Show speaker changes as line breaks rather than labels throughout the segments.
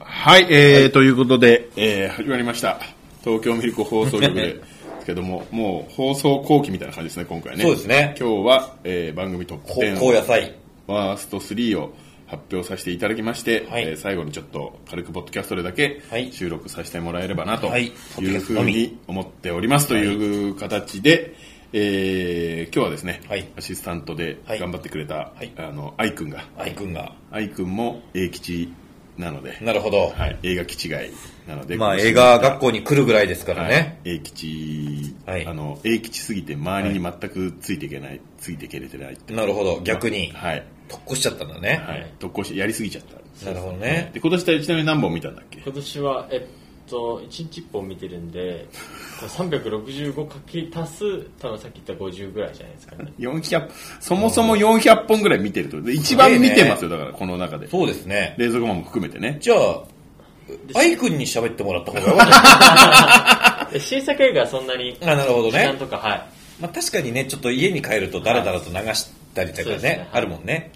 はい、えーということで、えー始まりました。東京ミルク放送局ですけども、もう放送後期みたいな感じですね、今回ね。
そうですね
今日は、えー番組トップ
こ
10
高野菜。
ワースト3を発表させていただきまして、
はい
えー最後にちょっと軽くポッドキャストでだけ
はい
収録させてもらえればなと
はい
いうふうに思っておりますという形で、えー今日はですね、
はい
アシスタントで
はい
頑張ってくれた、
はい
あの愛くんが
愛くんが。
愛くんも英吉なので、
なるほど。
はい、映画基地外なので
ま
こ
あ
の
映画学校に来るぐらいですからね。
はい、英吉、
はい
あの英吉すぎて周りに全くついていけない、ついていけれてないって
なるほど。逆に。
はい
特攻しちゃったんだね。
はい、特攻しやりすぎちゃった
なるほどね。
で今年はちなみに何本見たんだっけ
今年はえっと1日1本見てるんでこう365かけ足す多分さっき言った50ぐらいじゃないですかね
400そもそも400本ぐらい見てるとで一番見てますよだからこの中で
そうですね。
冷蔵庫マンも含めてね
じゃあ、愛くんに喋ってもらった方がよ かった。
で新作映画はそんなに
あなるほど
時間
ね。
とかはい
まあ確かにね、ちょっと家に帰るとダラダラと流したりと
そう
か
ですね
ね、あるもんね。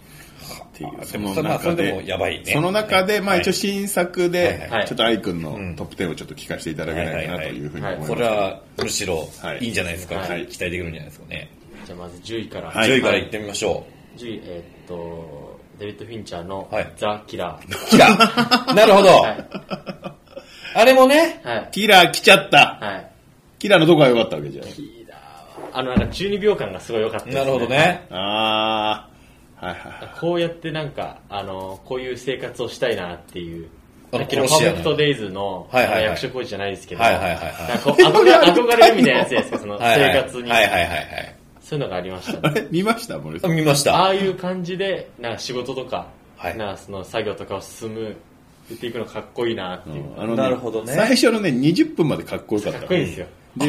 っていう
でもそれまあそれでもやばいね
その中で、まあ
はい
一応新作
はい
で
はい
はい
ちょっと愛くんのトップ10をちょっと聞かせていただけないかなというふうに思います、
これはむしろ
はい
いいんじゃないですか。
は
期
い
待できるんじゃないですかね。
じゃあまず10位から、
はい
10位から行ってみましょ
10位えっとデビッド・フィンチャーの
はい
「ザ・キ ラー
う。キラなるほ」ど。
はい
あれもね、
はい
キラー来ちゃった
はい
キラーのどこが良かったわけじゃん
キラーはあのなんか12秒間がすごい良かったです、
なるほどね。
ああはいはい
こうやってなんか、あの、こういう生活をしたいなっていう。
あの
さっきのパ
殺
ー
し屋
フェ
の
クトデイズの、
はいはいはい
あの役所工事じゃないですけど、
はいはいはいはい
なんかこう憧れ憧れるみたいなやつですか、その
はいはい
生活に。
はいはいはいはい。
そういうのがありました
あ
ね、
れ見ました森さん
見ました。
ああいう感じで、なんか仕事とか、
はい
なんかその作業とかを進む、言っていくのかっこいいなっていう。
あの
なるほどね
最初のね20分までかっこよかった
かっこいいですよ。
で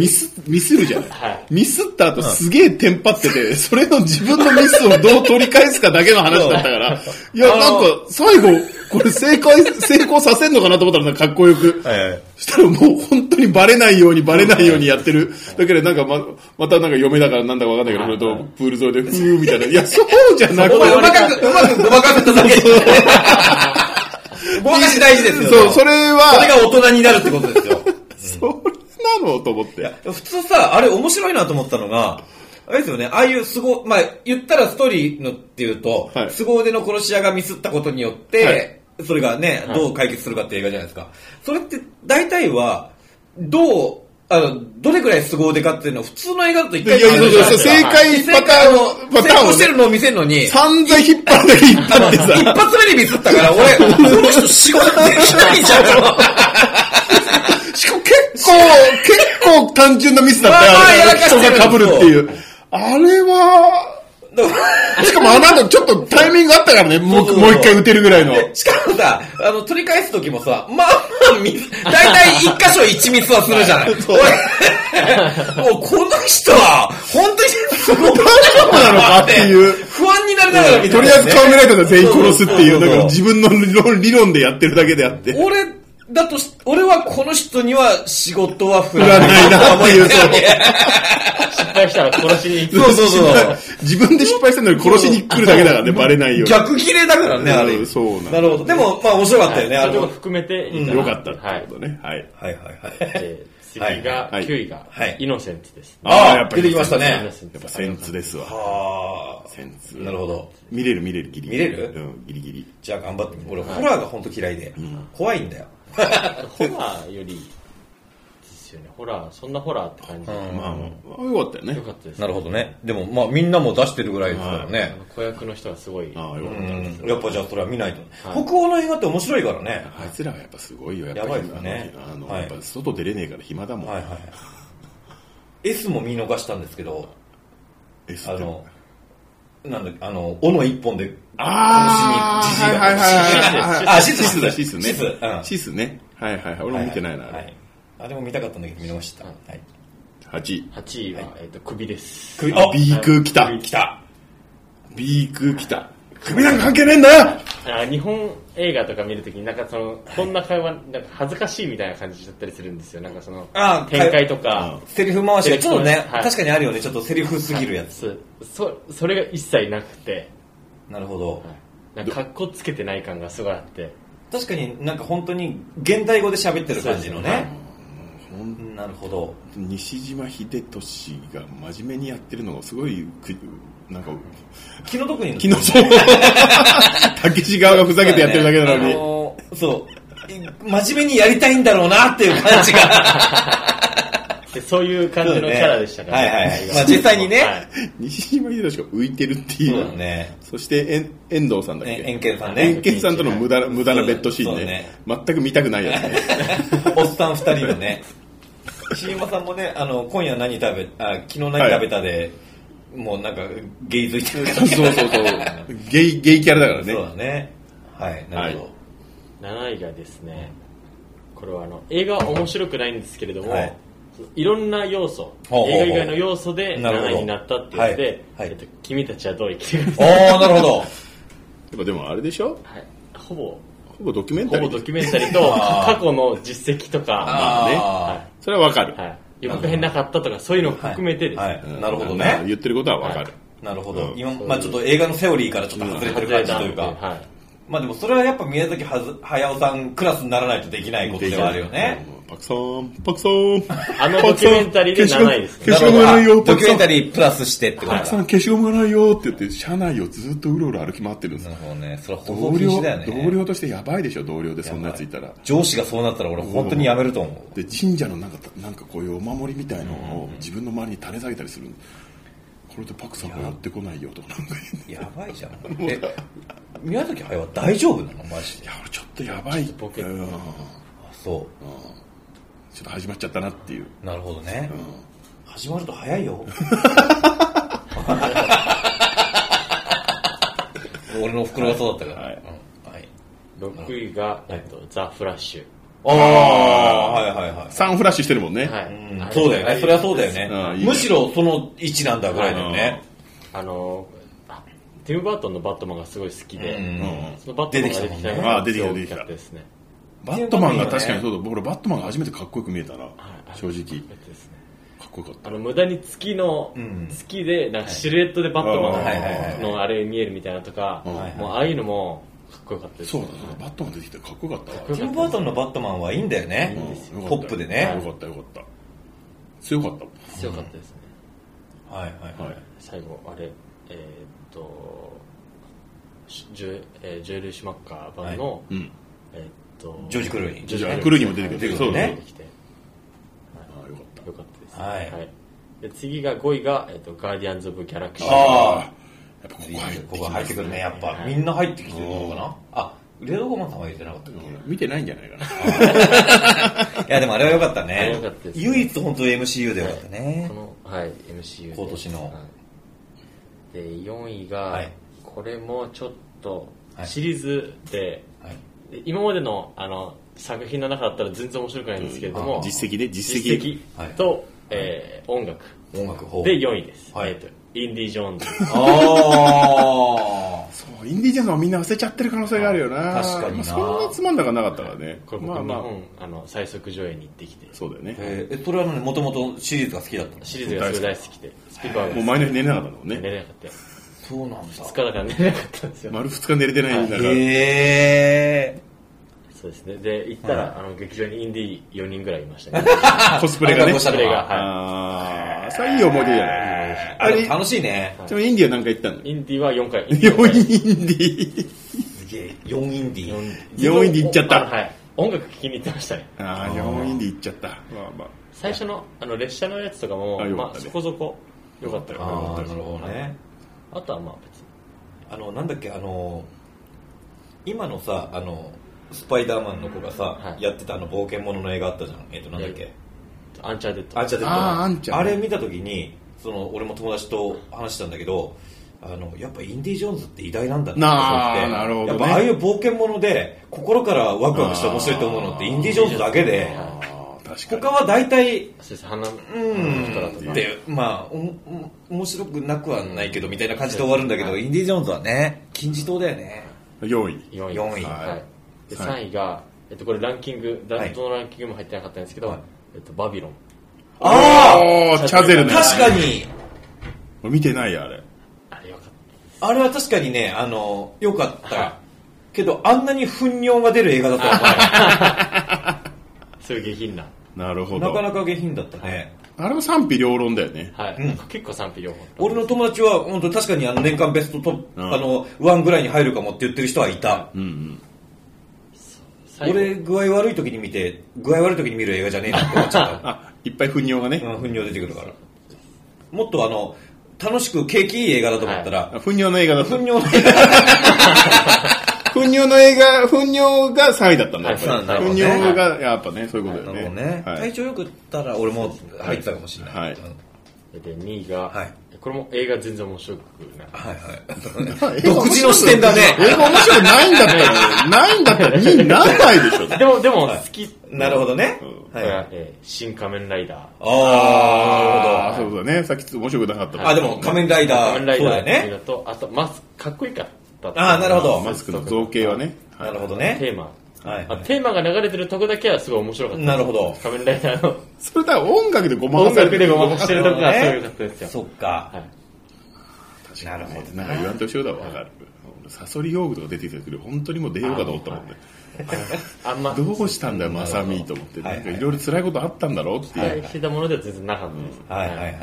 ミス、ミスるじゃない、
はい
ミスった後すげえテンパってて、それの自分のミスをどう取り返すかだけの話だったから、 いや、
あの
なんか最後、これ正 解、成功させんのかなと思ったらなんかかっこよく。
はい
したらもう本当にバレないようにバレないようにやってる。だけどなんかま、またなんか嫁だからなんだかわかんないけど、
はい
それとプール沿いでふーみたいな。いや、そうじゃなく
う
て。
まく、うまくごまかせた だけ。ごまかし大事ですよ。
そう、それ
それ
は、
が大人になるってことですよ。
それなのと思って。
普通さ、あれ面白いなと思ったのが、あれですよね、ああいうすご、まあ、言ったらストーリーのっていうと、
はい
凄腕の殺し屋がミスったことによって、それがね、
はい
どう解決するかって映画じゃないですか。それって大体は、どう、あの、どれくらい凄腕かっていうのを普通の映画だと一
いやい
回
やいやいや、
そう
正解パターンを、パ
成
ターン
功
を
して
ね、
るのを見せるのに、
散々引っ張って引っ張って
一
さ。
発目にミスったから、俺、この人仕事できないじゃん。
しかも結構、結構単純なミスだったよ
まあまあやら
あ
か
れ。
して
人
る
が被るっていう。あれは、
だか
しかもあの後ちょっとタイミングあったからね、もう
そうそう
もう一回打てるぐらいの
ら。でしかもさ、あの、取り返す時もさ、まあまあミス、大体一箇所一ミスはするじゃない。俺、もうこの人は、本当にすごい。大丈
夫なのかっていう
不安になりながら見て
とりあえず顔見られたら全員殺すっていう、だ
だ
か
から
自分の理論理論でやってるだけであって。
俺だとし、俺はこの人には仕事は
振
振ら
ら
ない。
ないなっていう、そう
失敗したら殺しに行く。
そうそうそう。
自分で失敗してるのに殺しに来るだけだからね、バレないように。
逆切れだからね、あ
う
れ。
んそうなんだ
なるほど。でも、まあ面白かったよね、
はい
あ
それも
の。
含めていい な
よかった
は
って
い
こ。とね。はい。
はいはいはい。
で次が、
はいはい
9位が、
はい
イノセントです、ね。
あ
ー
あ、出てきましたね。
イノ
あ
セント
やっぱセンツですわ。
あ
センツ。
ー、なるほど。
見れる見れるギリギリ
見れる
うんギリギリ
じゃあ頑張ってみる俺、ホラーが本当嫌いで、怖いんだよ。
ホラーよりですよねホラーそんなホラーって感じ、
うん
まあまあよかったよね
よかったです
なるほどね。でも、まあみんなも出してるぐらいですから
あ
ね。
の子役の人はすごい
ああよかっ
う
た
ん、やっぱじゃあそれは見ないと。
はい
北欧の映画って面白いからね。
あいつらはやっぱすごいよやっぱ
やばいですね
あの、
はい
やっぱ外出れねえから暇だもん、
はいはい。S も見逃したんですけど、
えそ
あ
うだ
の
よ、
なんだっけあの、斧一本で、
あー
じじいが
はいはいはいはい
あシス
シスだシス
シス
ね
シスうん
シスねはいはいはい俺も見てないな、
は
あ
は
れ
いあれも見たかったんだけど見逃した。
はい
はい。
八位
8位は、えっと首です
首
あビーク来た
来た。
ビーク来た首なんか関係ねえんだよ
あ日本映画とか見るときになんかそのこんな会話なんか恥ずかしいみたいな感じしちゃったりするんですよなんかその
あ
展開とか
セリフ回しがちょっとね、
はい
確かにあるよね、ちょっとセリフすぎるやつ。
そうそそれが一切なくて、
なるほど。
はいなんか格好つけてない感がすごいあって
確かになんか本当に現代語で喋ってる感じのね。
ほん
なるほど。
西島秀俊が真面目にやってるのがすごいくなんか
気の毒に。
気のそう竹内側がふざけてやってるだけなのに、
あのーそう。い真面目にやりたいんだろうなっていう感じが。
でそういう感じのキャラでしたから、
はいはいはい
私
まあ実際にね
はい
西島秀俊が浮いてるっていう
そうだね
そしてえん遠藤さんだっけ、
ね、円形さん
円
ね。
形さんとの無駄な無駄なベッドシーン
そう
ね
ね
全く見たくないやつね
おっさん二人のね。石山さんもね、あの、今夜何食べ、あ、昨日何食べたで、もうなんか、ゲイづいてる
そうそうそうゲイゲイキャラだからね
そうだね。はい、なるほど。
7位がですねこれはあの映画は面白くないんですけれども、
はい
い、ろんな要素
ほうほうほう
映画以外の要素で
なるほど
7位になったっていうので、
はいはい
えっと、君たちはどう生きてる
おー、なるほど。
でもでもあれでしょ
はい、ほぼ
ほぼドキュメンタ
ほ
リ
ぼ
ー
ドキュメンタリーと
あー
過去の実績とか、
あね
あ
それはわかる、
はい、予告編なかったとかそういうのを
ーはい
含めてですね、
はい
うん
なるほど
まあ
ね。
言ってることはわかる、
なるほど。
うん
今、まあちょっと映画のセオリーからちょっと外れてる
外
感
れ
じ
た
というか。
はい
まあでもそれはやっぱ宮崎はず駿さんクラスにならないとできないことではあるよね。
うん。パクさん、パクさん。
あのドキュメンタリーで7位ですね
消しゴム消しゴムがないよ、パ
ドキ
ク
ュメ
さ
ン
ん。
タリープラスしてってこと
パ
だ
クさん、消しゴムがないよって言って、車内をずっとうろうろ歩き回ってるんです
な
よ
るほどね。それは
同
放送禁
僚、
止だよね。
同僚としてやばいでしょ、同僚でそんなやついたら。
上司がそうなったら俺本当にやめると思う。
で、神社のなんか、なんかこういうお守りみたいのを自分の周りに垂れ下げたりするのこれでパクさんがやってこないよとかなんか言う
やばいじゃん。え、宮崎駿は大丈夫なのマジ
い
で。
や、俺ちょっとやばい。
ちょっとボケ
うん
あそ
ちょっと始まっちゃったなっていう。
う。なるほどね
うん。
始まると早いよ。 俺の袋がそうだったから。
はい
うんはい
6位が、えっと、ザ・フラッシ
ああ、はいはいはい。
サンフラッシュしてるもんね。
ュ、はい
うんそうだよね。それはそうだよ
うんいい
ね。
ね
むしろその位置なんだぐらいだよね。
あのあティム・バートンのバットマンがすごい好きで、
うん
そのバットマンが出てきたの
あ
が
あ出てきた
すご
出て
い大き
き
か
た
ったですね
バットマンが確かにそうだ、僕らバットマンが初めてかっこよく見えたな、正直。
だってですね
かっこよかった
あ。の無駄に月の、
うん
月でなんかシルエットでバット
はいはいはい
マ
は
ン
い
のあれ見えるみたいなとか、
はいはい
もうああいうのもかっこよかったです
そうだ、そうだバットマン出てきたらかっこよかったわ
かっこよ
ティム・バートンのバットマンはいいんだよね。
うんよか
ポ
った
ップでね
よかったよかった。強かったもん。
強かったですね、
はいはい
はい。
最後あれえーっとジョ,、えージョエル・シュマッカー版の、
うん。
えーっと
ジョージクルーニー
ジョージ
クルーニーも出てくる
はい
そう
だね
出てきて
ああ、よかった。
よかったです、
はい
で次が5位が、えっと「ガーディアンズ・オブ・ギャラクシー」
あ
あー。やっぱここ入ってき
こ
た
こ入ってくるね、やっぱ。
は
み
い
んな入ってきてるのかなあ、レード・ゴーマンさんは入れてなかったっ
うん見てないんじゃないかな。
けいや、でもあれは良かった
あれ
ね
良かった。です
唯一本当 MCU で良かったね
こ。の、はい、MCU で
今年の
はいで4位が、
はい
これもちょっと
はい
シリーズで、
はい
で今までのあの作品の中だったら全然面白くないんですけれど も、
うん
実績で、実
実
績。
はい
と、えー音楽
音楽法。
で4位です、
はい
えっとインディ・ジョーンズ
あ
そう、インディ・ジェンズはみんな忘れちゃってる可能性があるよな。
確かに
まあ
な
そんなつまんだがなかったからね
こ。れ 僕、
まあまあ
日、本あの最速上映に行ってきて
そうだよ
ー
ね。
えーえそれはね、もともとシリーズが好きだったの
シリーズがすごい大好きでスピーバーグ
もう
が
前の日寝れなかったもん
寝
ね。
れなかったよ
そうなんだ。
2日だから寝れなかったんですよ
丸二日寝れてないんだから。
へ
そうですねで行ったら、あの劇場にインディ4人ぐらいいましたね
コスプレがね
あ。
それが、はい、
ああ、それいい思い出じゃない。
ー。
あ
あ
れ
れ、楽しいね。
ちなみにインディは何回行ったの
インディは4回。
4インディ。
すげえ、4インディー。
4インディ行っちゃった
あはい。音楽聴きに行ってましたね。
ああ、4インディ行っちゃった。まあまあ。
最初のあの列車のやつとかも、
あよかっ
ま
たね
あ、そこそこ良かったよ。
ああ、なるほどね。
あとはまあ別に。
あの、なんだっけ、あの、今のさ、あの、スパイダーマンの子がさ、
はい
やってたあの冒険者の映画あったじゃん。えっ、と、なんだっけ。
アンチャーデッド。
アンチャーデッド
あーアンチャー
あれ見た時に、その、俺も友達と話したんだけど、あの、やっぱインディ・ジョーンズって偉大なんだ
なあ
と思って
なるほどね
やっぱああいう冒険者で、心からワクワクして面白いと思うのってインディ・ジョーンズだけで、
ああ、確かに
他。は大体、
そうです。花の
うん
人だとか。
でまあおお面白くなくはないけどみたいな感じで終わるんだけどインディ・ジョーンズはね金字塔だよね
4位。
4位。
四位
はい。で、
はい
3位が、えっと、これランキング、だ
はい
どのランキングも入ってなかったんですけ
はい
ど、えっと、バビロン。
あ
おーチャゼル
あ
ね。
確かに
俺見てないよ、あれ。
あれよかった。
あれは確かにねあのよかったけど、あんなに糞尿が出る映画だとは
そういう下品な。
なるほ
思
ど
わない。なかなか下品だったね。
あれも賛否両論だよね
はい。
うん
結構賛否両方。
俺の友達は、本当確かにあの年間ベストトップ、
うん
あの、ワンぐらいに入るかもって言ってる人はいた。
うんうん
最後
俺、具合悪い時に見て、具合悪い時に見る映画じゃねえなって思っちゃった。
あいっぱい糞尿がね
うん糞尿出てくるから。もっとあの、楽しく景気いい映画だと思ったら、
あ糞尿の映画だった
糞尿の映画
糞尿の映画糞尿が3位だったんだやっぱり
はいなるほど
糞
ね
尿がやっぱねそういうことだ
なる
よ
ほど
ね
ね、
は
体
い
調良くったら俺も入ってたかもしれない。
はい
うん
で、2位が、
はい
これも映画全然面白くなく
はいはい。独自の視点だね。
映画面白くないんだった らないんだったら2位になんないでしょ
でも、でも、好き。
なるほどね。
う
はい。
が
あ
えー新仮面ライダ
ああ
あー、な
そ
る
う
ほど。
だねさっき面白くなかったもん
あ、でも仮面ライ
ー。
ダー、
仮面ライ
そうだ
ダ
よ
ーっていう
ね。
のと、あと、マスク、かっこいいかったっていう
あーなるほど
マスクの造形はね
なるほど
テ
ね。
ーマ。
はい
あ。テーマが流れてるとこだけはすごい面白かった。
なるほど。
仮面ライダーの
それとは音楽でごまか
音
され
楽
て
で
る
ごまかしてるとこがすごい良かったですよ。
そっか。
はい。
なるほど。
なんか言わんとしようだわ分かる俺サソリ用具とか出てきた時本当にもう出ようかと思ったもんね
あんま、
どうしたんだよマサミと思って
はい
な
は
ん
い
かいろいろ辛いことあったんだろうっていう、
期待してたものでは全然なかったです。
はいはいはいはい。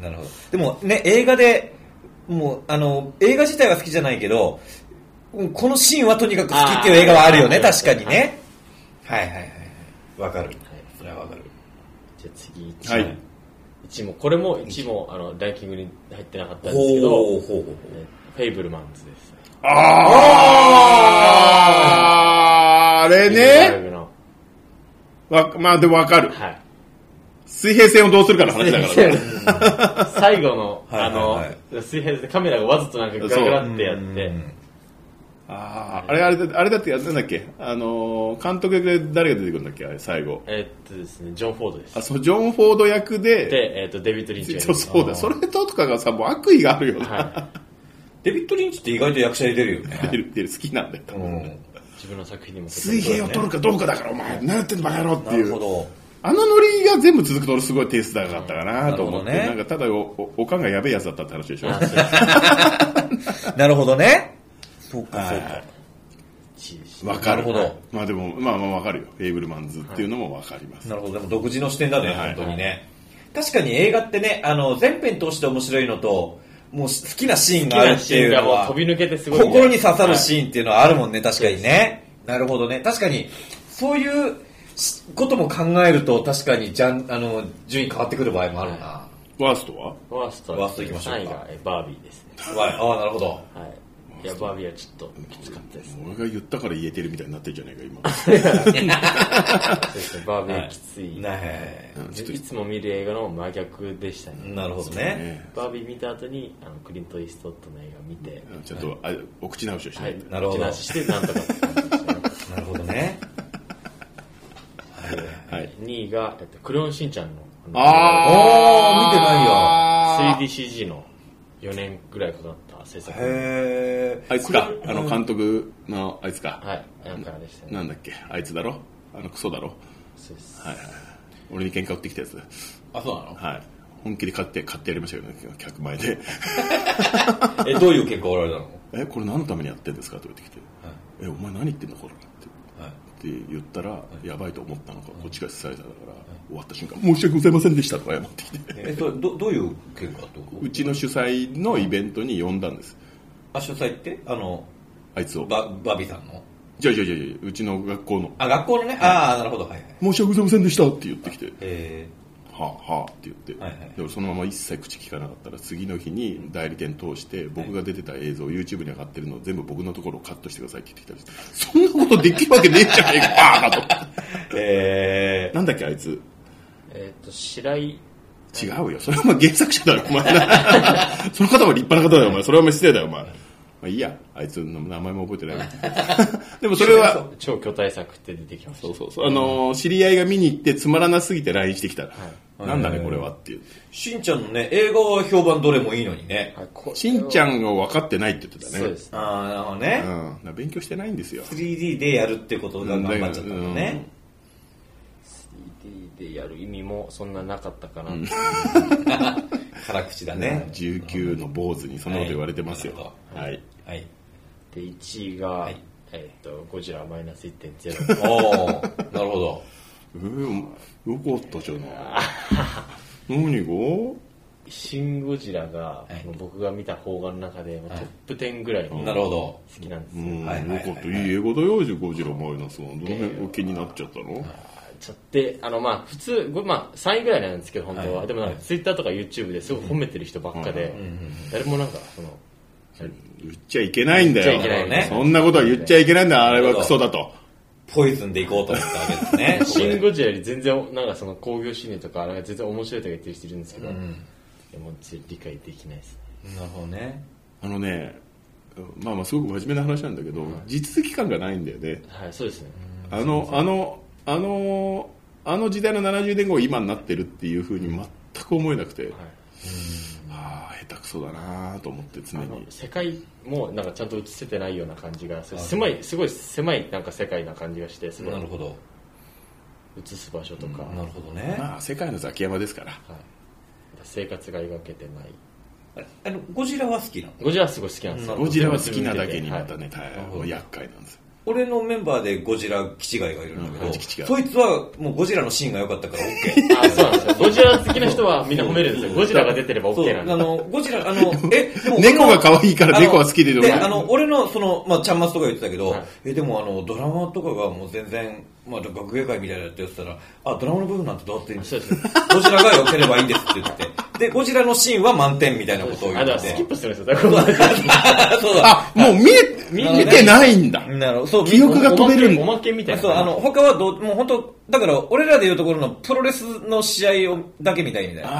なるほど。でもね、映画で、もう、あの、映画自体は好きじゃないけど、うんこのシーンはとにかく好きっていう映画はあるよね、
あー
確かにね。はいはいはいはい。わかる。それはわかる。
じゃあ次1
は
位、
い
一もこれも1もあのランキングに入ってなかったんですけど
ほうほうほうほう。
えフェイブルマンズです
あーあれ
フェイ
ね
ブルマン
わ
ズ
まあでも分かる
のはい
水平線をどうするかの話だからね
最後の
はいは
あ
いは
の
い
水平でカメラがわざとなんかガラガラってやって
あーあれあれだあれだってなんだっけあのー監督役で誰が出てくるんだっけあれ最後
えっとですねジョン・フォードです
あそうジョン・フォード役で
で、えっとデビッド・リンチがいる
そうそうだそれとかがさもう悪意があるよね、
は
デビッド・リンチって意外と役者で出るよね。
出る出る好きなんだよ
うん。
い自分の作品にも
水平を取るかどうかだからお前何やってんのバカ野郎って
ないる
う
ほど。
あのノリが全部続くと俺すごい手数高かったかなと思って、
なる
な
ほどね
んかただおおおかんがやべえやつだったって話でしょ
あそうです
なるほどね。そうか、そう
は
か。
一位です
わかる
なるほど
まあでもまあまあわかるよフェイブルマンズっていうのもわかります、
なるほど、でも独自の視点だね、
はい
本当にね。確かに映画ってね、あの、全編通して面白いのと、もう好きなシーン
好
があ
き
る
な
って
シ
い
ーン
う
が
の
もう
は、
飛び抜けてすごい
心に刺さるシ
ーン
ーンっていうのはあるもんね、確かにね。なるほどね。確かに、そういうしことも考えると、確かにじゃんあの順位変わってくる場合もあるな。
は
ワーストは
ワースト
ワースト行きましょうか
3位がえバービーですね
わああ、なるほど。
はいいやバービーはちょっときつかったです
俺が言ったから言えてるみたいになってるじゃないか今
そうですね、バーベーきつい、
ね
ちょっと
いつも見る映画の真逆でしたね、
なるほどね。
ね
バービー見た後にあのクリント・イーストウッドの映画を見て、
ちょっとあお口直しをし
は
ない
い
と、、
なるほど
打ち出ししてなんとかって感じでしたね
なるほどね。
はい
2位が、えっと、クレヨンしんちゃんの
あ
あ
あ、見てないよ。
あ
あの 3DCG の4年ぐらいかかった制作
へー
あいつかあの監督のあいつか、
はいなんからでしたね
なんだっけあいつだろあのクソだろ
そうです、
俺に喧嘩売ってきたやつ
あ、そうなの
はい本気で買って買ってやりましたけどね客前で
え、どういう結果おられたの
えこれ何のためにやってんですかって言ってきて、えお前何言ってんだこれって
はい
って言ったら、やばいと思ったのか、こっちが伝えただから、終わった瞬間、申し訳ございませんでしたとか謝って きて、
え、それどどういう結果ってこと
うちの主催のイベントに呼んだんです、
あ、主催ってあの、
あいつを。
ババビさんの
じゃあじゃあじゃあじゃあうちの学校の、
あ、学校のね。ああ、なるほど。はいはい。
申し訳ございませんでしたって言ってきて、
え
はあ、はあって言って、
はいはい
でもそのまま一切口聞かなかったら、次の日に代理店通して、僕が出てた映像、YouTube に上がってるのを全部僕のところをカットしてくださいって言ってきたんです、そんなことできるわけねえじゃねえか、バーカと。
ー、え
なんだっけ、あいつ。
えっと白井
違うよ。それはお前原作者だろ、お前。 その方も立派な方だよ、お前。それはお前失礼だよ、お前。まあいいや、あいつの名前も覚えてないわ。 でもそれは、
超巨大作って出てきました
そうそうそう、あのー知り合いが見に行ってつまらなすぎて LINE してきたら、なんだね、これはっていう。
ー、しんちゃんのね、映画は評判どれもいいのにね。
はいこ
しんちゃんが分かってないって言ってたね。
そうですね
ああ、なるほど
う
ね。
ん。だから勉強してないんですよ。
3D でやるってことが頑張っちゃったの
うん
ね。
3D でやる意味もそんななかったかなと、
辛口だね。
19の坊主にそんなこと言われてますよ。
なるほ
はい。
はい。
で1位が、ええっと、ゴジラマイナス1.0。
おーなるほど。
ええよかったじ ゃない。何が
シン・ゴジラが、
い
もう僕が見た邦画の中で、もうトップ10ぐらいに
な
好
るほど。
きなんです
う
よ。
ん、
はいはいはいはい
よかった。いい映画だよ、ゴジラマイナスは。どの辺が気になっちゃったの
ちゃって、あの、まあ、普通、ごまあ、3位ぐらいなんですけど、本当は。
はい
でもなんか、ツイッターとか YouTube ですごい褒めてる人ばっかで、誰もなんか、その、
言っちゃいけないんだ
言っちゃい
よ。
けない
ね
そんなことは言っちゃいけないんだよ、あれはクソだと。
ポイズンでいこうと思ったわけ です
シン・
ね。
ゴジラより全然、なんかその興行収入とか、なんか全然面白いとか言ってる人いるんですけど、でも全然理解できないです。
なるほどね。
あのね、まあまあすごく真面目な話なんだけど、地続き感がないんだよね。
はい、そうですね。
あの、あの、あの、あの時代の70年後今になってるっていうふうに全く思えなくて、
はい
ああ、下手くそだなと思って常
あの
に。
世界もなんかちゃんと映せてないような感じがそれ狭いすごい狭いなんか世界な感じがしてすごい
なるほど。
映す場所とか,、
なるほどね。
まあ世界のザキヤマですから。
生活が描けてない
あの、ゴジラは好きなの
ゴジラはすごい好きなんですよ
ゴジラは好きなだけにまた
はい
ね、大
なるほ
も
ど
う厄介なんですよ。
俺のメンバーでゴジラ気違いがいるんだけ
う
ど、
ん気違い
そいつはもうゴジラのシーンが良かったから OK。
あそうなんですよゴジラ好きな人はみんな褒めるんですよゴジラが出てれば
そう
OK なんで
あの、ゴジラ、あ の、え、でも
猫が可愛いから
あの
猫は好きでどう
で、
なの
あの、俺の、その、まあ、ちゃんまつとか言ってたけど、
はい
え、でもあの、ドラマとかがもう全然、まあ、学芸会みたいなやってやってたら、あ、ドラマの部分なんてどうやっていいんです
そうですね
ゴジラが良ければいいんですって言って、で、ゴジラのシーンは満点みたいなことを言
あ
っ
だから
て
ス
て
キッ。プするんですよだから
あ、 そうだ。
あ、もう見え、見
なるほどね
見てないんだ。
なるほど。そう、
記憶が飛べるんだ
おまけおまけみたいな
そう、あの、他はどう、もう本当だから、俺らでいうところのプロレスの試合をだけみたいみたいな。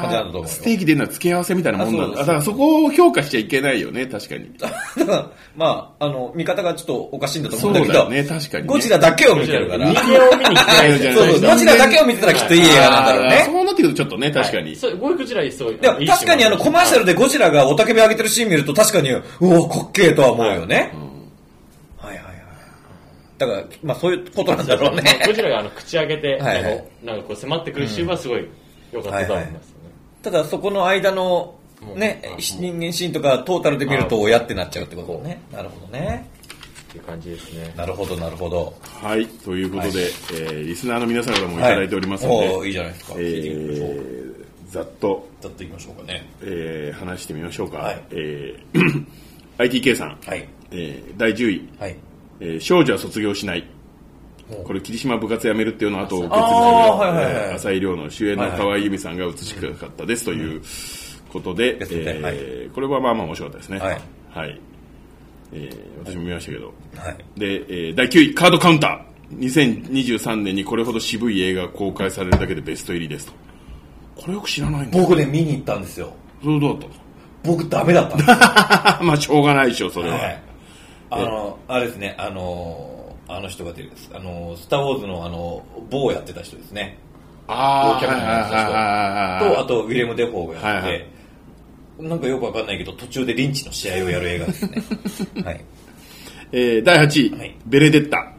あ
感じなんだと思
あ、
うよ
ステーキ出るのは付け合わせみたいなもんなんだ。
あそうそう
あだからそこを評価しちゃいけないよね、確かに。
だから、 まあ、あの、見方がちょっとおかしいんだと思
そ
うん
う
だ
だ
け
よ
ど、
ね、確かにね、
ゴジラだけを見てるから。
人間を見に来てないですよ
そうそう、ゴジラだけを見てたらきっといい映画なんだろう
あー
ね。
そうなってくるとちょっとね、確かに。
そうゴジラすごい
でも
いい
確かにあのコマーシャルでゴジラがおたけび上げてるシーン見ると確かに、うお、かっけえとは思うよね。はいはいはい。だから、まあそういうことなんだろうね。
ゴジラがあの口開けて、
はいはい
なんかなんかこう迫ってくるシーンはすごい良かったと思いますよね。
ただそこの間のね
うん、
人間シーンとかトータルで見ると親ってなっちゃうってことね。なるほどね。
っていう感じですね。
なるほどなるほど。
はい、ということで、
は
えーリスナーの皆さんからもいただいておりますの
はい
で、
おーいいじゃないですか。
えーざっと、
だっていきましょうかね。
えー話してみましょうか。
はい
えー ITK さん、
はい。
えー第10位、
はい。
えー少女は卒業しない。これ霧島部活やめるっていうのを後を受け継い
あーはいはいはい
だ浅井亮の主演の河合由美さんが映しかかったですということで、
ですね
えーこれはまあまあ面白かったですね。
はい
はいえー私も見ましたけど。
はい。
で、えー第9位、カードカウンター。2023年にこれほど渋い映画が公開されるだけでベスト入りですと。これよく知らないんだ。
僕ね、見に行ったんですよ。
それどうだっ
僕ダメだったん ですよ。
たのまあ、しょうがないでしょ、それは。
はい。あの、あれですね、あの、あの人が出るんです。あの、スターウォーズのあの、某やってた人ですね。
ああ、
キャプテンなんですよと、あ
と、
と、ウィレム・デフォーがやってて、
はいはい
なんかよくわかんないけど、途中でリンチの試合をやる映画です ね。はい。
えー第8位、
はい
ベレデッタ。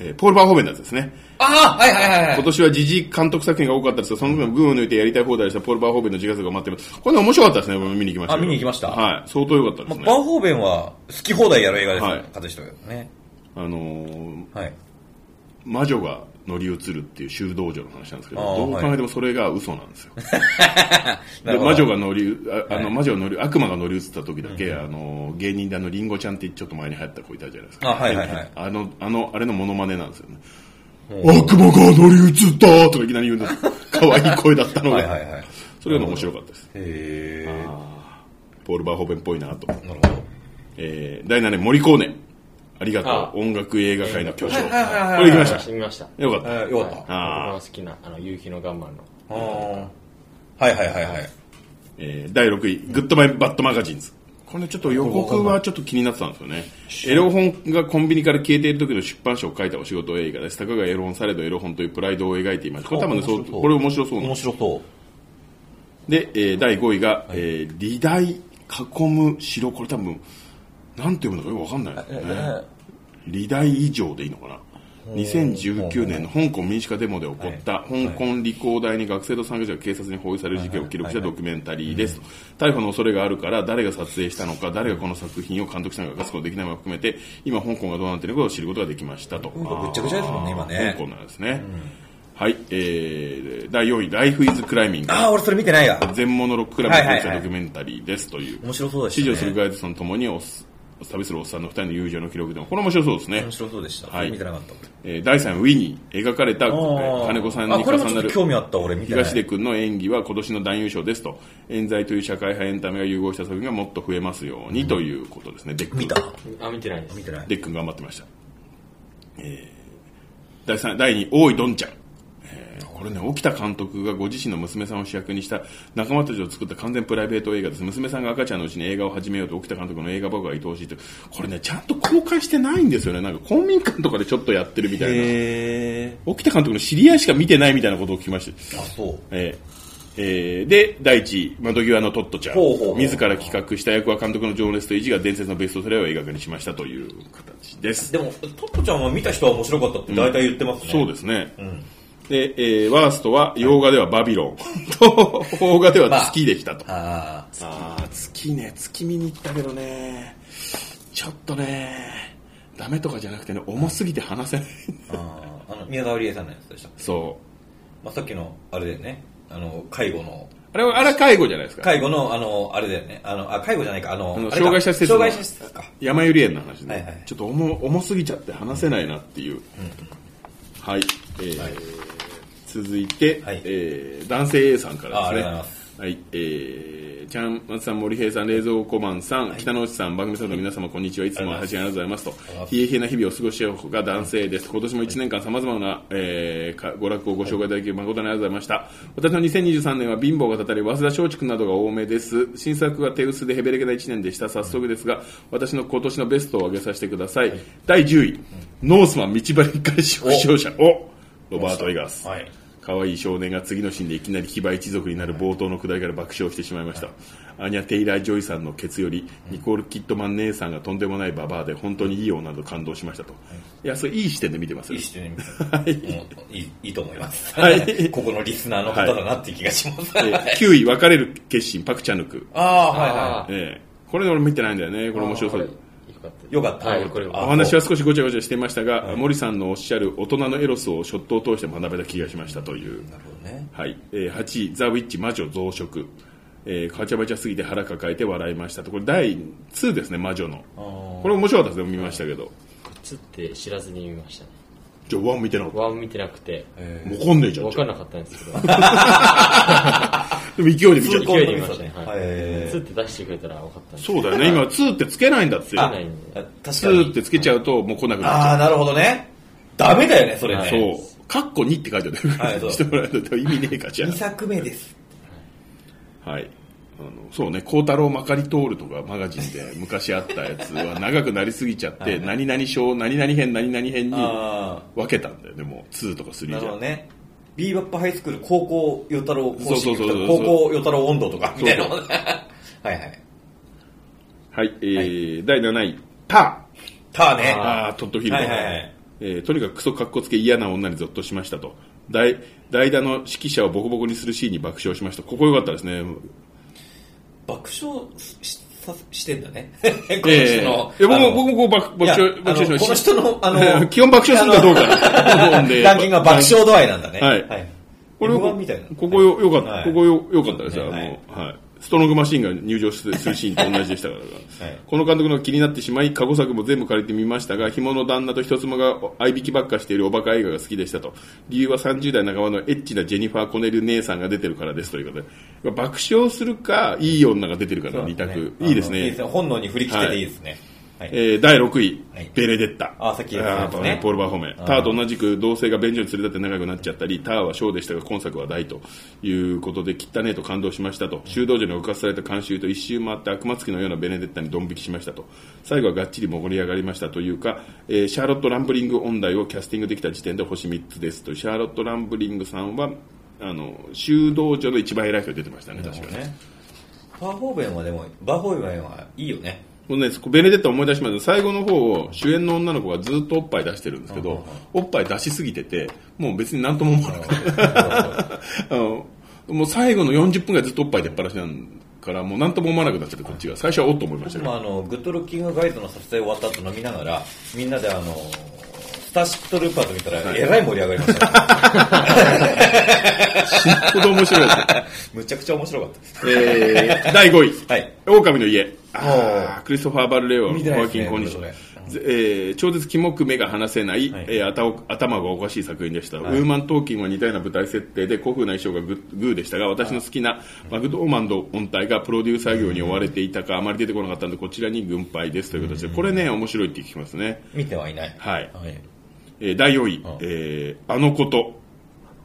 えーポール・バーホーベンダーズですね。
ああはいはいはいはい
今。年は時事監督作品が多かったですが、その分群を抜いてやりたい放題したポール・バーホーベンの自画像が待ってます。これね面白かったですね、僕見に行きましたけど。
あ見に行きました
はい、相当良かったで
ますあ、バ
ね。
ンホーベンは好き放題やる映画ですよ、
はい
勝つ人がね。
あのー
はい。
魔女が乗り移るっていう修道女の話なんですけど、
あー
どう考えてもそれが嘘なんですよ。で
なるほ
魔
ど
女が乗りう、ああの、魔女が乗り、悪魔が乗り移った時だけ、あの、芸人であの、リンゴちゃんってちょっと前に流行った子いたじゃないですか。
あはいはいはい
あの、あの、あれのモノマネなんですよね。悪魔が乗り移ったとかいきなり言うんです よ。可愛い声だったのが。
はいはいはい。へ
それが面白かったです。
え。
ポール・バーホーベンっぽいなと。
なるほど。
えー、第7位、森コーネ。ありが
あ
とう。音楽映画界の巨匠。こ
はいはいはいはい
れ行きまし
見ました。
た。よかった。
えー、よかっ
あー
僕の好きな、あの、夕日のガンマンの。
た。ああ。はいはいはいはい。
えー第6位、グッドバイバッドマガジンズ。これねちょっと予告はちょっと気になってたんですよね。エロ本がコンビニから消えている時の出版社を書いたお仕事映画です。たかがエロ本されどエロ本というプライドを描いています。これ多分ね、
あ
そう、
面白そう
これ面白そうなん
面
です。
白そう。
で、えー第5位が、えー、理大囲む城。これ多分、なんて読むのかよくわかんないですよね。理大以上でいいのかな。 2019年の香港民主化デモで起こった香港理工大に学生と参加者が警察に包囲される事件を記録したドキュメンタリーです逮捕の恐れがあるから誰が撮影したのか誰がこの作品を監督したのか明かすことができないものを含めて今香港がどうなっているのかを知ることができましたと
香港ぐっちゃぐちゃですもんね今ね
香港なんですね、はい、えー、第4位「Life is Climbing」
ああ、俺それ見てないわ。
全モノロッククラブの作者ドキュメンタリーですという
面白そうでした
指示
ね。
をするガイドさんともにおす旅するおっさんの2人の友情の記録でもこれ面白そうですね
面、白そうでした。
はい
これ見てなかった。
えー第3位ウィニー描かれたえー金子さんに
あ、これ
重
もちょ
な
っと
る
興味あった、俺見てない。
東出君の演技は今年の男優賞ですと冤罪という社会派エンタメが融合した作品がもっと増えますようにということですね、デックン
見た
あ、見てないです。
見てない。
デックン頑張ってました、えー、第3第2位大井どんちゃんこれね、沖田監督がご自身の娘さんを主役にした仲間たちを作った完全プライベート映画です。娘さんが赤ちゃんのうちに映画を始めようと沖田監督の映画僕が愛おしいと。これね、ちゃんと公開してないんですよね。なんか公民館とかでちょっとやってるみたいな。
へ
沖田監督の知り合いしか見てないみたいなことを聞きました。
ー。あ、そう。
えーえーで、第1位、窓際のトットちゃん。
ほうほうほう
自ら企画した役は監督の情熱と意地が伝説のベストセラーを映画化にしましたという形です。
でも、トットちゃんは見た人は面白かったって大体言ってますね。
そう
で
ですね。で、えーワーストは、洋画ではバビロン、 と、邦画では月でしたと。
ああ、
あー月ね、月見に行ったけどね、ちょっとね、ダメとかじゃなくてね、重すぎて話せない。
あーあの、宮沢りえさんのやつでした。
そう。
まあ、さっきの、あれだよね。あの、介護の、
あれは、あれは介護じゃないですか。
介護の、あの、あれだよね。あの、あ、介護じゃないか、あの、
あの
あれか
障害者施設の
障害者施設か。
山ゆり園の話ね、
はいはい
ちょっと重重すぎちゃって話せないなっていう。はい。えー続いて、
はい
えー男性 A さんからですね。
あありがとうございます
はい、えー、ちゃん、松さん、森平さん、冷蔵庫マンさん、北之内さん、番組さんの皆様、こんにちは。いつも配信ありがとうございますと。冷え冷えな日々を過ごしようが男性です。今年も1年間様々な、えーか娯楽をご紹介いただき、誠にありがとうございました。私の2023年は貧乏がたたり、早稲田松竹などが多めです。新作が手薄でヘベレケな1年でした。早速ですが、私の今年のベストを上げさせてください。第10位、ノースマン道端一回死傷者。おロバート・イガース。
はい。
可愛い少年が次のシーンでいきなり騎馬一族になる冒頭のくだりから爆笑してしまいました、アニャ・テイラー・ジョイさんのケツよりニコール・キッドマン姉さんがとんでもないババアで本当にいい女と感動しましたと、いやそれいい視点で見てます
い
よ
い人に見て
はい
うんいいいいと思います。
はい
ここのリスナーの方だなっていう気がします。
えー9位別れる決心パク・チャヌク、
ああ、はいは
あー
えーこれで俺見てないんだよねこれ面白そう
あ
で
ーこれ
よ
よ
か
か
っ
ったた。はい、これ
お
あ
は。
話は少しごちゃごちゃしていましたが、森さんのおっしゃる大人のエロスをショットを通して学べた気がしましたという
い。なるほどね。
はいえー8位、ザ・ウィッチ魔女増殖、えー、かちゃばちゃすぎて腹抱えて笑いましたと、これ、第2ですね、魔女の、これ、面白かったですね、見ましたけど、
こっちって知らずに見ましたね。
じゃあ、1見てなかった、
ワン見てなくて、
わかんねえじゃん、
わ
じゃあ
かんなかったんですけど、
でも勢いで見ちゃっ
通
た
行
勢いで見ましたね。は。
はいい
ツって出してくれたら分かったんですけ
そうだよね、今、2ってつけないんだって、
ど、出ないんで。
あ確か
2っ
に。
てつけちゃうと、もう来なくな
あ
っ
あ、なるほどね。ダメだよね、それ
ち
ね。
ゃう、そう、カッコ2って書いてある、
はいそう
してもらえると意味ねえか、じゃ
2作目です。
あ、はい。あのそうね、孝太郎まかり通るとかマガジンで昔あったやつは長くなりすぎちゃって、何々賞、何々編、何々編に
あ
分けたんだよね、もう2とか3
あ、
じ
なるほ
ゃ
どね。ビーバップハイスクール、高校与太郎甲子園
そうそうそうそう
高校与太郎温度とか、みたいなもんねはいはい。
はい、えー第7位、タ
ターね
ー。。あー、トッドフィールド。
はいはいはい
えーとにかくクソ格好つけ嫌な女にゾッとしましたと。代代打の指揮者をボコボコにするシーンに爆笑しました。ここ良かったですね。
爆笑しさしてんだね。この
えー、
人
い
の
や。僕も
あの
僕もこう爆爆
いや
笑爆笑しまし
あのこ
た
の人の、あの、
基本爆笑するかどうかなと思うんで
ランキングが爆笑度合いなんだね。
はいこれ
M1 みたいな。
ここよよかった、
はい
ここよよかったです、
はい
あの、はい。ストロングマシンが入場するするシーンと同じでしたから、この監督の気になってしまい、過去作も全部借りてみましたが、紐の旦那と人妻が合いびきばっかしているおバカ映画が好きでしたと。理由は30代半ばのエッチなジェニファー・コネル姉さんが出てるからですということで、爆笑するか、いい女が出てるかの二択、いいです
あの
ね。
本能に振り切ってていいですね。はい
えー第6位、
はい
ベレデッタ。
あさっき言った
あー
や
やっ
つです
ぱ
ね
ね、ポール・バーホメ。ターと同じく同性が便所に連れ立って長くなっちゃったり、ターは小でしたが今作は大ということで、汚ねえと感動しましたと。修道場に侵された慣習と一周回って悪魔つきのようなベネデッタにドン引きしましたと。最後はがっちり盛り上がりましたというか、えーシャーロット・ランブリング音大をキャスティングできた時点で星3つですと。シャーロット・ランブリングさんは、あの、修道場の一番偉い人が出てましたね、確かに。
ね。バーホーベンはでも、バーホーベンはいいよね。
このね、そこベネデッタ思い出しました最後の方を主演の女の子がずっとおっぱい出してるんですけど、おっぱい出しすぎてて、もう別になんとも思わなくて、あのもう最後の40分がずっとおっぱい出っ放しなんから、もうなんとも思わなくなっちゃって、こっちが。最初はおっと思いました
僕
けど。
もあの、グッドロッキングガイドの撮影終わった後飲みながら、みんなであの、スターシップトルーパーズ見たら、えらい盛り上がりました。
死ぬほど面白いです。
むちゃくちゃ面白かったで す。
えー、第5位。
はい。
狼の家。あークリストファー・バルレオン、
見
ホ
てない
ア
です
キ
ね
ン・コーニッシ
これ
ュぜえー超絶キモく目が離せない、
はい
えーあたお頭がおかしい作品でした、ウーマン・トーキンは似たような舞台設定で古風な衣装がググーでしたが私の好きなマクドーマンド本体がプロデューサー業に追われていたかあまり出てこなかったのでこちらに軍配ですという形でこれね面白いって聞きますね、
見てはいない。
はい
はい。
えー第4位、
ん
えーあのこと、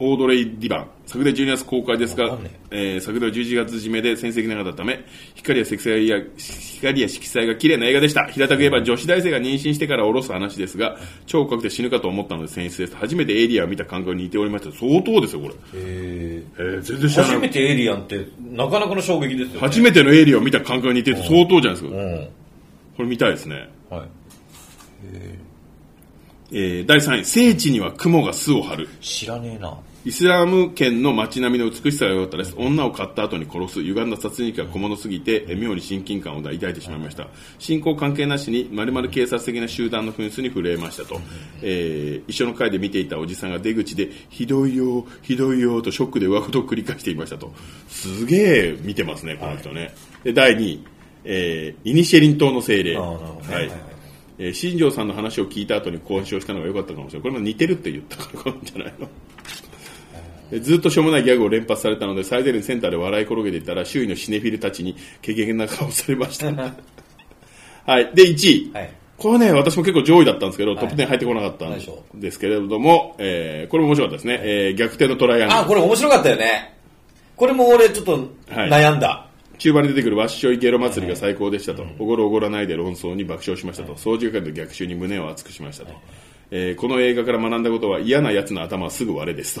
オードレイ・ディバン。昨年12月公開です
わ
が
かんね、
えー昨年11月締めで戦績なかったため、光や色彩や、光や色彩が綺麗な映画でした。平たく言えば女子大生が妊娠してから下ろす話ですが、超怖くて死ぬかと思ったので選出です。初めてエイリアンを見た感覚に似ておりました。相当ですよ、これ。
え
えー全然
ー
知ら
初
な
め
い。
てエイリアンって、なかなかの衝撃ですよ、ね。
初めてのエイリアンを見た感覚に似てるって相当じゃないです
う
か。
ん。
これ見たいですね。
はい。
えー第3位、聖地には雲が巣を張る。
知らねえな。
イスラム圏の街並みの美しさが良かったです。女を買った後に殺す、歪んだ殺人鬼が小物すぎて、え妙に親近感を抱いてしまいました。信仰関係なしに、まるまる警察的な集団の紛争に震えましたと。えー一緒の会で見ていたおじさんが出口で、ひどいよ、ひどいよとショックで上事を繰り返していましたと。すげえ見てますね、この人ね。で、第2位、えーイニシェリン島の精霊。
ああ、なるほどね。
はい。えー新庄さんの話を聞いた後に交渉したのが良かったかもしれない。これも似てるって言ったからなんじゃないのえーずっとしょうもないギャグを連発されたので、最前列センターで笑い転げていたら、周囲のシネフィルたちに、けげな顔されました。はい。で、1位。
はい
これね、私も結構上位だったんですけど、トップ10入ってこなかったん
ないでしょ
ですけれども、えーこれも面白かったですね。えー逆転のトライアングル
あ、。これ面白かったよね。これも俺ちょっと
はい
悩んだ。
中盤に出てくるわっしょいゲロ祭りが最高でしたと、おごるおごらないで論争に爆笑しましたと、操縦官の逆襲に胸を熱くしましたと、えーこの映画から学んだことは嫌な奴の頭はすぐ割れですと、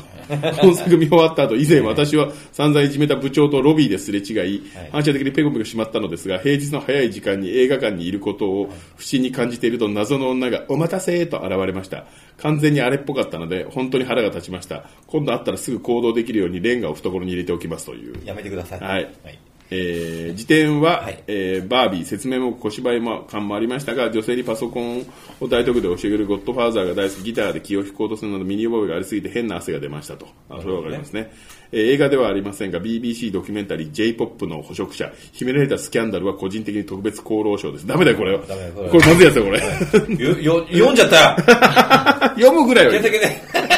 この作見終わった後以前私は散々いじめた部長とロビーですれ違い、反射的にペコペコしまったのですが、平日の早い時間に映画館にいることを不審に感じていると謎の女がお待たせと現れました。完全にあれっぽかったので、本当に腹が立ちました。今度会ったらすぐ行動できるようにレンガを懐に入れておきますという。
やめてください。
はいえー、辞典は、
はい
えーバービー、説明も小芝居も感もありましたが、女性にパソコンを大得で教えるゴッドファーザーが大好き、ギターで気を引こうとするなど身に覚えがありすぎて変な汗が出ましたと。あそれはわかりますね、えー映画ではありませんが、BBC ドキュメンタリー J-POP の捕食者、秘められたスキャンダルは個人的に特別厚労省です。ダメだよ、これは。
ダメだよこ
これ
れは
まずいやつだよ、これ。
よよ読んじゃったよ
読むぐらいはいい
検。索で。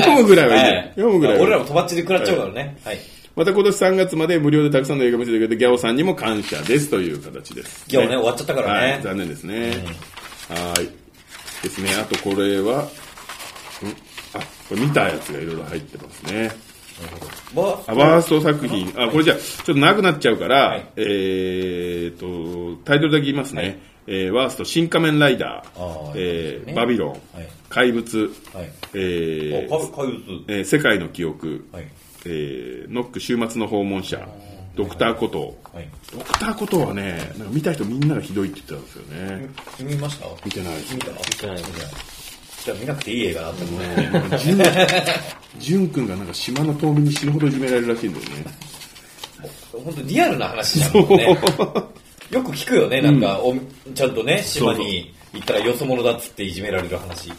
読むぐらいはいい、
はい
読むぐらいはいい
俺らもとばっちり食らっちゃうからね。はい。
また今年3月まで無料でたくさんの映画見せてくれてギャオさんにも感謝ですという形です。
今日ね、終わっちゃったから
はい、
ね。
残念ですね。はーい。ですね。あとこれは、んあ、これ見たやつがいろいろ入ってますね。
わ
あワースト作品。あ、これじゃあちょっと長くなっちゃうから、
い
えーと、タイトルだけ言いますね。えーワースト、新仮面ライダー、
あー
えー
ね
バビロン、
はい
怪物、
はい。
え
あ、
ー
か怪物。
えー世界の記憶、
はい。
えーノック週末の訪問者、ドクターコトー。
はい。
ドクターコトーはね、なんか見た人みんながひどいって言ってたんですよね。
君見ました
見てないです
見たの
てないです
じゃあ見なくていい映画だったもんね。
ジュン君がなんか島の島民に死ぬほどいじめられるらしいんだよね。
本当リアルな話なんだもんね。 よく聞くよね、なんか、おちゃんとね、島に行ったらよそ者だっつっていじめられる話。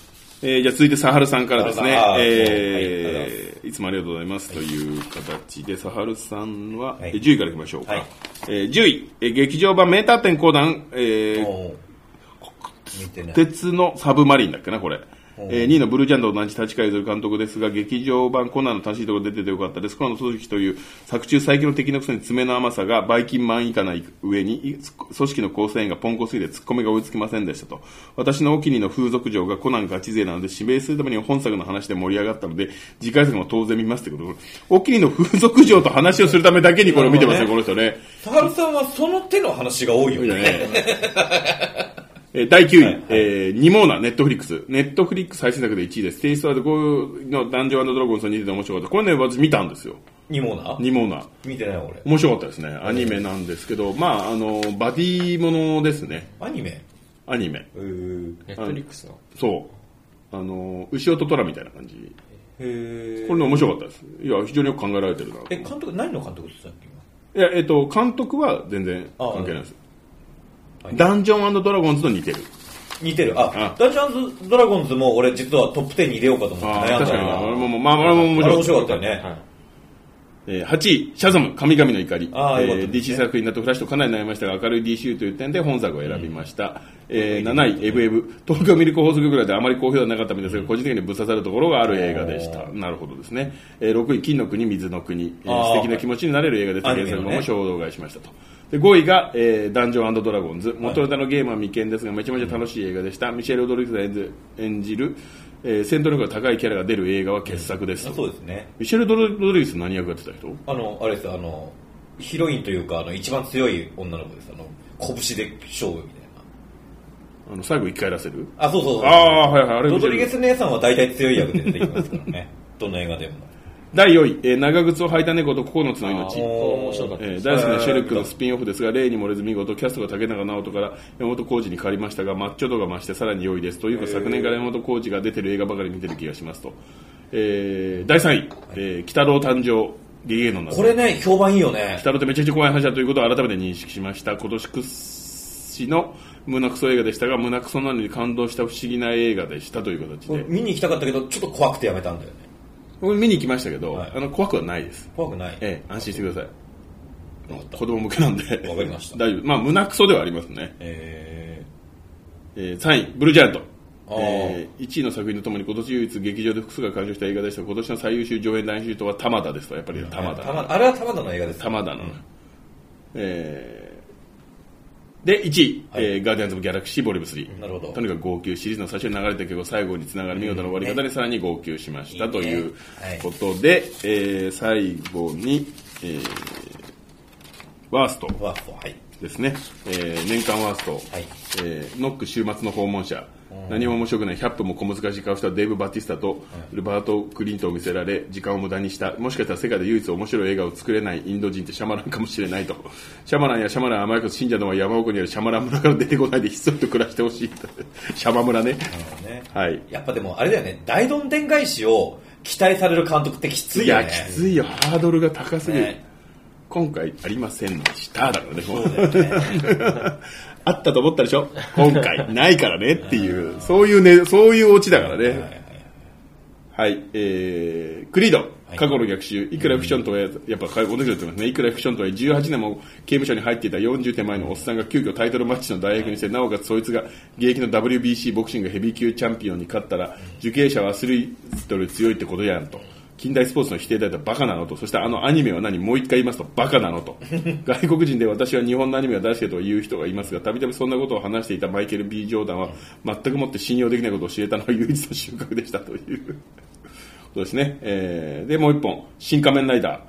えーじゃあ続いてサハルさんからですね。
あーはいありがとうござい
えーいつもありがとうございますという形で、サハルさんは、
は
え
い
ー10位からいきましょうか。
はい
えー10位、えー劇場版メーター展講談、えー
もう見てない。
鉄のサブマリンだっけな、これ。えー、2位のブルージャンと同じ立川譲監督ですが、劇場版コナンの正しいところ出ててよかったです。コナンの組織という作中最強の敵のくせに爪の甘さがバイキンマン以下ない上に、い組織の構成員がポンコすぎてツッコミが追いつきませんでしたと。私のお気に入りの風俗嬢がコナンガチ勢なので、指名するために本作の話で盛り上がったので、次回作も当然見ますってこと。お気に入りの風俗嬢と話をするためだけにこれを見てますよ、この人ね。
田原さんはその手の話が多いよね。
えー第9位、えー、ニモーナ、ネットフリックス。ネットフリックス最新作で1位です。テイストアード5のダンジョンドラゴンズに出て面白かった。これね、私見たんですよ。
にもな
ニモーナ
見てないわ俺
面白かったですねアニメなんですけど、まああのバディものですね
アニメ
アニメ
うー
ネットリックスの。
そうあの牛音虎みたいな感じ
へ
これね面白かったですいや非常によく考えられてるな
ええ監督何の監督って言ってたっ
いやえっと監督は全然関係ないです
あはい
ダンジョンドラゴンズと似てる
け今似てるあ
あ
ダンジョンズドラゴンズも俺実はトップ10に入れようかと思って
ああ
悩ん
確か
だな
にな俺ももうまああれも面
あれ
白
面白
か
か
っ
った
た
よね、
はい。
えー8位、シャザム、神々の怒り。
あーよかった
えー
ですね
DC 作品だとフラッシュとかなり悩みましたが、明るい DC という点で本作を選びました。えー7位、エブエブ。東京ミルク放送局ぐらいであまり好評ではなかったのですが、個人的にぶっ刺さるところがある映画でした。なるほどですね。えー6位、金の国、水の国。えー
あー
素敵な気持ちになれる映画です。
アニ
原
メの
作
ね
も衝動買いしましたと。で5位が、えーダンジョンドラゴンズ。元ネタのゲームは未見ですが、めちゃめちゃ楽しい映画でした。ミシェル・ロドリグスが演ず演じる、えー戦闘力が高いキャラが出る映画は傑作ですと。
あそうですね
ミシェル・ドロドリグス何役やってた人
あのあれですあのヒロインというかあの一番強い女の子ですあの拳で勝負みたい
あの最後一回出せる
なあそうそうそう
ああはいはいあれ見
ロ
て
ド
る
リゲス姉さんは大体強い役で出てきますからねどの映画でも
第4位、えー長靴を履いた猫と9つの命
あーこれ面白かった
え
で
ー
す。
大好きなシェルックのスピンオフですが例に漏れず見事キャストが竹中直人から山本浩二に変わりましたがマッチョ度が増してさらに良いですというか昨年から山本浩二が出てる映画ばかり見てる気がしますと、えー第3位、えー、鬼太郎誕生リゲーノなど
これね評判いいよね
北郎ってめちゃくちゃ怖い話だということを改めて認識しました今年屈指の胸クソ映画でしたが胸クソなのに感動した不思議な映画でしたという形
俺
で
見に行きたかったけどちょっと怖くてやめたんだよね
僕見に行きましたけど、
はい
あの怖くはないです
怖くない
ええ安心してください
わかった
子供向けなんで
わかりました
大丈夫まあ胸クソではありますね、
え
えー、3位ブルージャイアント
あー
えー、1位の作品とともに今年唯一劇場で複数が鑑賞した映画でした今年の最優秀上演男優賞は玉田ですとやっぱり
ー
玉田
たまあれは玉田の映画です
玉田の、えーで1位、
はい
えーガーディアンズ・オブ・ギャラクシーボリューム3
なるほど
とにかく号泣シリーズの最初に流れた曲を最後につながる見事な終わり方でさらに号泣しました
いいね
という
はい
ことで、えー最後に、えーワースト
ワーフはい
ですね、えー年間ワースト、
はい
えーノック週末の訪問者、何も面白くない100分も小難しい顔したデーブ・バティスタとルバート・クリントを見せられ時間を無駄にしたもしかしたら世界で唯一面白い映画を作れないインド人ってシャマランかもしれないとシャマランやシャマランは甘いこと信者のは山奥にあるシャマラン村から出てこないでひっそりと暮らしてほしいとシャマ村ね
なるほどね
はい
やっぱでもあれだよね大どんでん返しを期待される監督ってきついよね
やきついよハードルが高すぎる、
ね
今回ありませんでしただからねもう
そうだよね
あったと思ったでしょ今回ないからねっていうそういうねそういうオチだからねはいえー、クリード
はい
過去の逆襲いくらフィクションとはややっぱ同じこと言ってますねいくらフィクションとは18年も刑務所に入っていた40手前のおっさんが急遽タイトルマッチの大役にしてなおかつそいつが現役の WBC ボクシングヘビー級チャンピオンに勝ったら受刑者はアスリートより強いってことやんと近代スポーツの否定だとバカなのとそしてあのアニメは何もう一回言いますとバカなのと 外国人で私は日本のアニメが大好きだという人がいますがたびたびそんなことを話していたマイケル・ B ・ジョーダンは全くもって信用できないことを知れたのは唯一の収穫でしたという。そうですね、えーでもう一本「新仮面ライダー」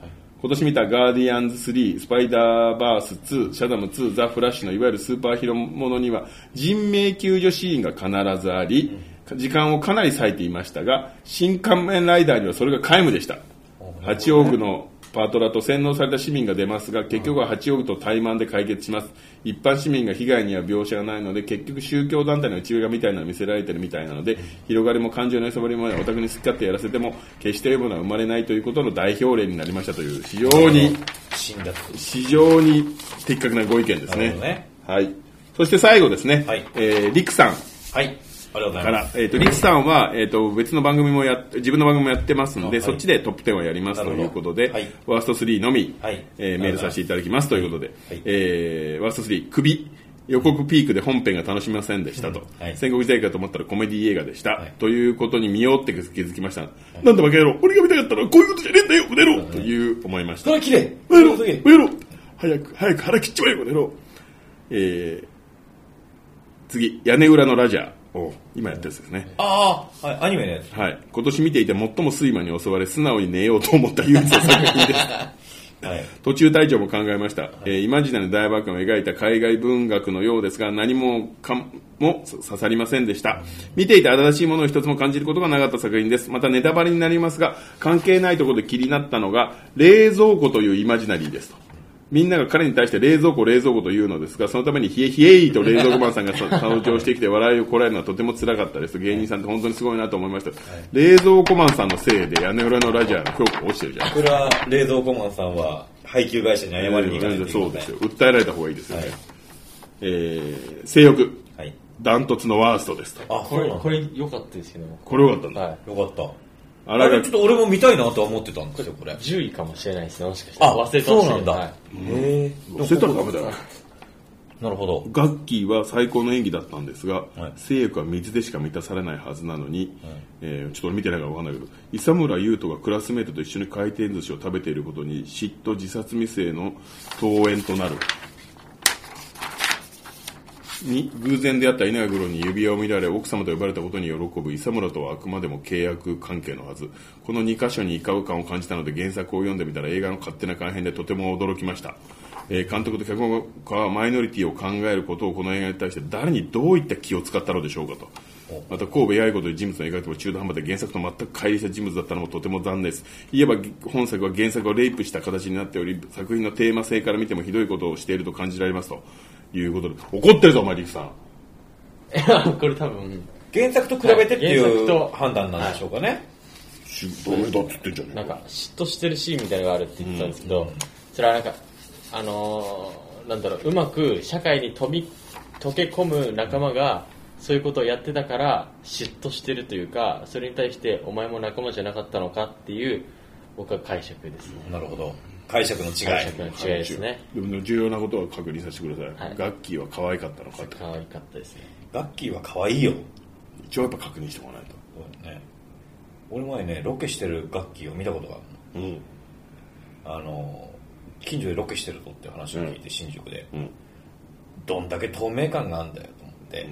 今年見た「ガーディアンズ3」「スパイダーバース2」「シャダム2」「ザ・フラッシュ」のいわゆるスーパーヒーローものには人命救助シーンが必ずあり、時間をかなり割いていましたが「新仮面ライダー」にはそれが皆無でした八王子のパートラと洗脳された市民が出ますが結局は八王子と怠慢で解決します一般市民が被害には描写がないので結局宗教団体の一部がみたいなのを見せられてるみたいなので広がりも感情の揺さぶりもないオタクに好き勝手やらせても決して良いものは生まれないということの代表例になりましたという非常に
死んだって
非常に的確なご意見です
なる
ね
ほどね
はい、そして最後ですね、
はい
えーリクさん
はいありがとうござ
か
いま
ら、えー、とリクさんは、えー、と別の番組もやっ自分の番組もやってますので、そっちでトップ10をやりますと
なるほど
いうことで、
はい
ワースト3のみ、
はい
えーメールさせていただきますということで、
はい
えーワースト3首予告ピークで本編が楽しめませんでしたと、
うんはい
戦国時代かと思ったらコメディ映画でした、
い
ということに見ようって気づきました、なんだバカ野郎俺が見たかったらこういうことじゃねえんだよこの野郎という思いまし
す
た
それ綺麗
やろうやろう早く早く腹切っちまえよやろうえー、次屋根裏のラジャーを今やってるやつですね
ああはいアニメのやつ
はい今年見ていて最も睡魔に襲われ素直に寝ようと思った唯一の作品です
はい。
途中退場も考えました、えーイマジナの大爆破を描いた海外文学のようですが何もかも刺さりませんでした見ていて新しいものを一つも感じることがなかった作品ですまたネタバレになりますが関係ないところで気になったのが冷蔵庫というイマジナリーですとみんなが彼に対して冷蔵庫冷蔵庫と言うのですがそのためにヒエヒエイと冷蔵庫マンさん が登場してきて笑いをこらえるのはとても辛かったです芸人さんって本当にすごいなと思いました、冷蔵庫マンさんのせいで屋根裏のラジアの評価落ちてるじゃん
これは冷蔵庫マンさんは配給会社に謝りに行かないといけない。
そうですよ訴えられた方がいいですよね、
はい
えー性欲
はい。
ダントツのワーストですと
あ、
こ
そう
れ
な、の
これ良かったですけども。
これよかったんだ
は
よかった。あ
新
れちょっ
垣
と俺も見たいなとは思ってたんですよ、これ
い。。10位かもしれないですね、もしかした
あ
ら。、忘れた
そ
も
う
し
な
れない
んだ。
はい
へえ。
忘れたらダメだな
なるほど。
ガッキーは最高の演技だったんですが、
はい
性欲は水でしか満たされないはずなのに、えーちょっと俺見てないから分かんないけど磯村優斗がクラスメートと一緒に回転寿司を食べていることに嫉妬自殺未遂の登園となるに偶然出会った稲垣吾郎に指輪を見られ奥様と呼ばれたことに喜ぶ磯村とはあくまでも契約関係のはずこの2箇所にイカウ感を感じたので原作を読んでみたら映画の勝手な改編でとても驚きました、えー監督と脚本家はマイノリティを考えることをこの映画に対して誰にどういった気を使ったのでしょうかとまた神戸八重子という人物の描いても中途半端で原作と全く乖離した人物だったのもとても残念です言えば本作は原作をレイプした形になっており作品のテーマ性から見てもひどいことをしていると感じられますということで怒ってるぞお前リクさん
これ多分、
原作と比べてってい
はい原作
う
と
判断なんでしょうかね。
しダメだって言ってんじゃねえ
なんか、嫉妬してるシーンみたいなのがあるって言ってたんですけど、それはなんか、あのー、なんだろう、うまく社会に飛び、溶け込む仲間が、そういうことをやってたから、嫉妬してるというか、それに対して、お前も仲間じゃなかったのかっていう、僕は解釈ですね。
なるほど。解釈の違
解
い。
釈の違いですね。
でも重要なことは確認させてください、
はい
ガッキーは可愛かったのかって
可愛かったですね。
ガッキーは可愛いよ。
一応やっぱ確認してもらわない
ね俺前ね、ロケしてるガッキーを見たことがあるの。
とうん
あの近所でロケしてるぞって話を聞いて、新宿で、
ん
どんだけ透明感があんだよと思って、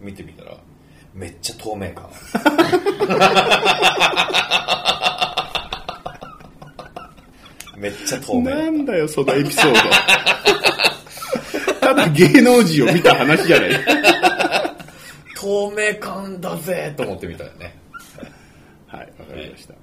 見てみたらめっちゃ透明感めっちゃ透明
なんだよそのエピソードただ芸能人を見た話じゃない
透明感だぜと思ってみたよね
はい、わかりました。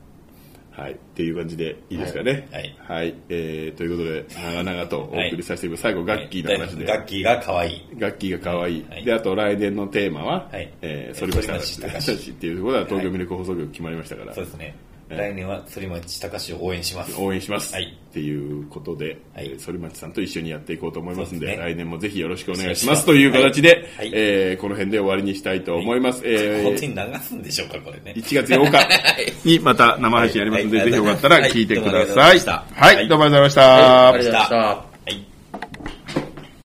はい、っていう感じでいいですかね。
はい
えーということで、長々とお送りさせていただきます。最後、ガッキーの話で。
ガッキーが可愛い
ガッキーが可愛い。
はい
で、あと来年のテーマは、
はい
えー反町隆史
反町隆史
っていうことは東京ミルク放送局決まりましたから、
そうですね、来年は反町隆史を応援します
応援します、
はい
っていうことで、
はい
えー反町さんと一緒にやっていこうと思いますんで
そうですね
来年もぜひよろしくお願いし
お
ま
願いしますす
という形で、
はい
えーこの辺で終わりにしたいと思います。えー
こっちに流すんでしょうかこれね
1月8日にまた生配信やりますので、
はい
ぜひよかったら聞いてくだ
は
さ
い
い。
どうもありがとうございました
はい、どうもありがとうございました。
ありがとうございました。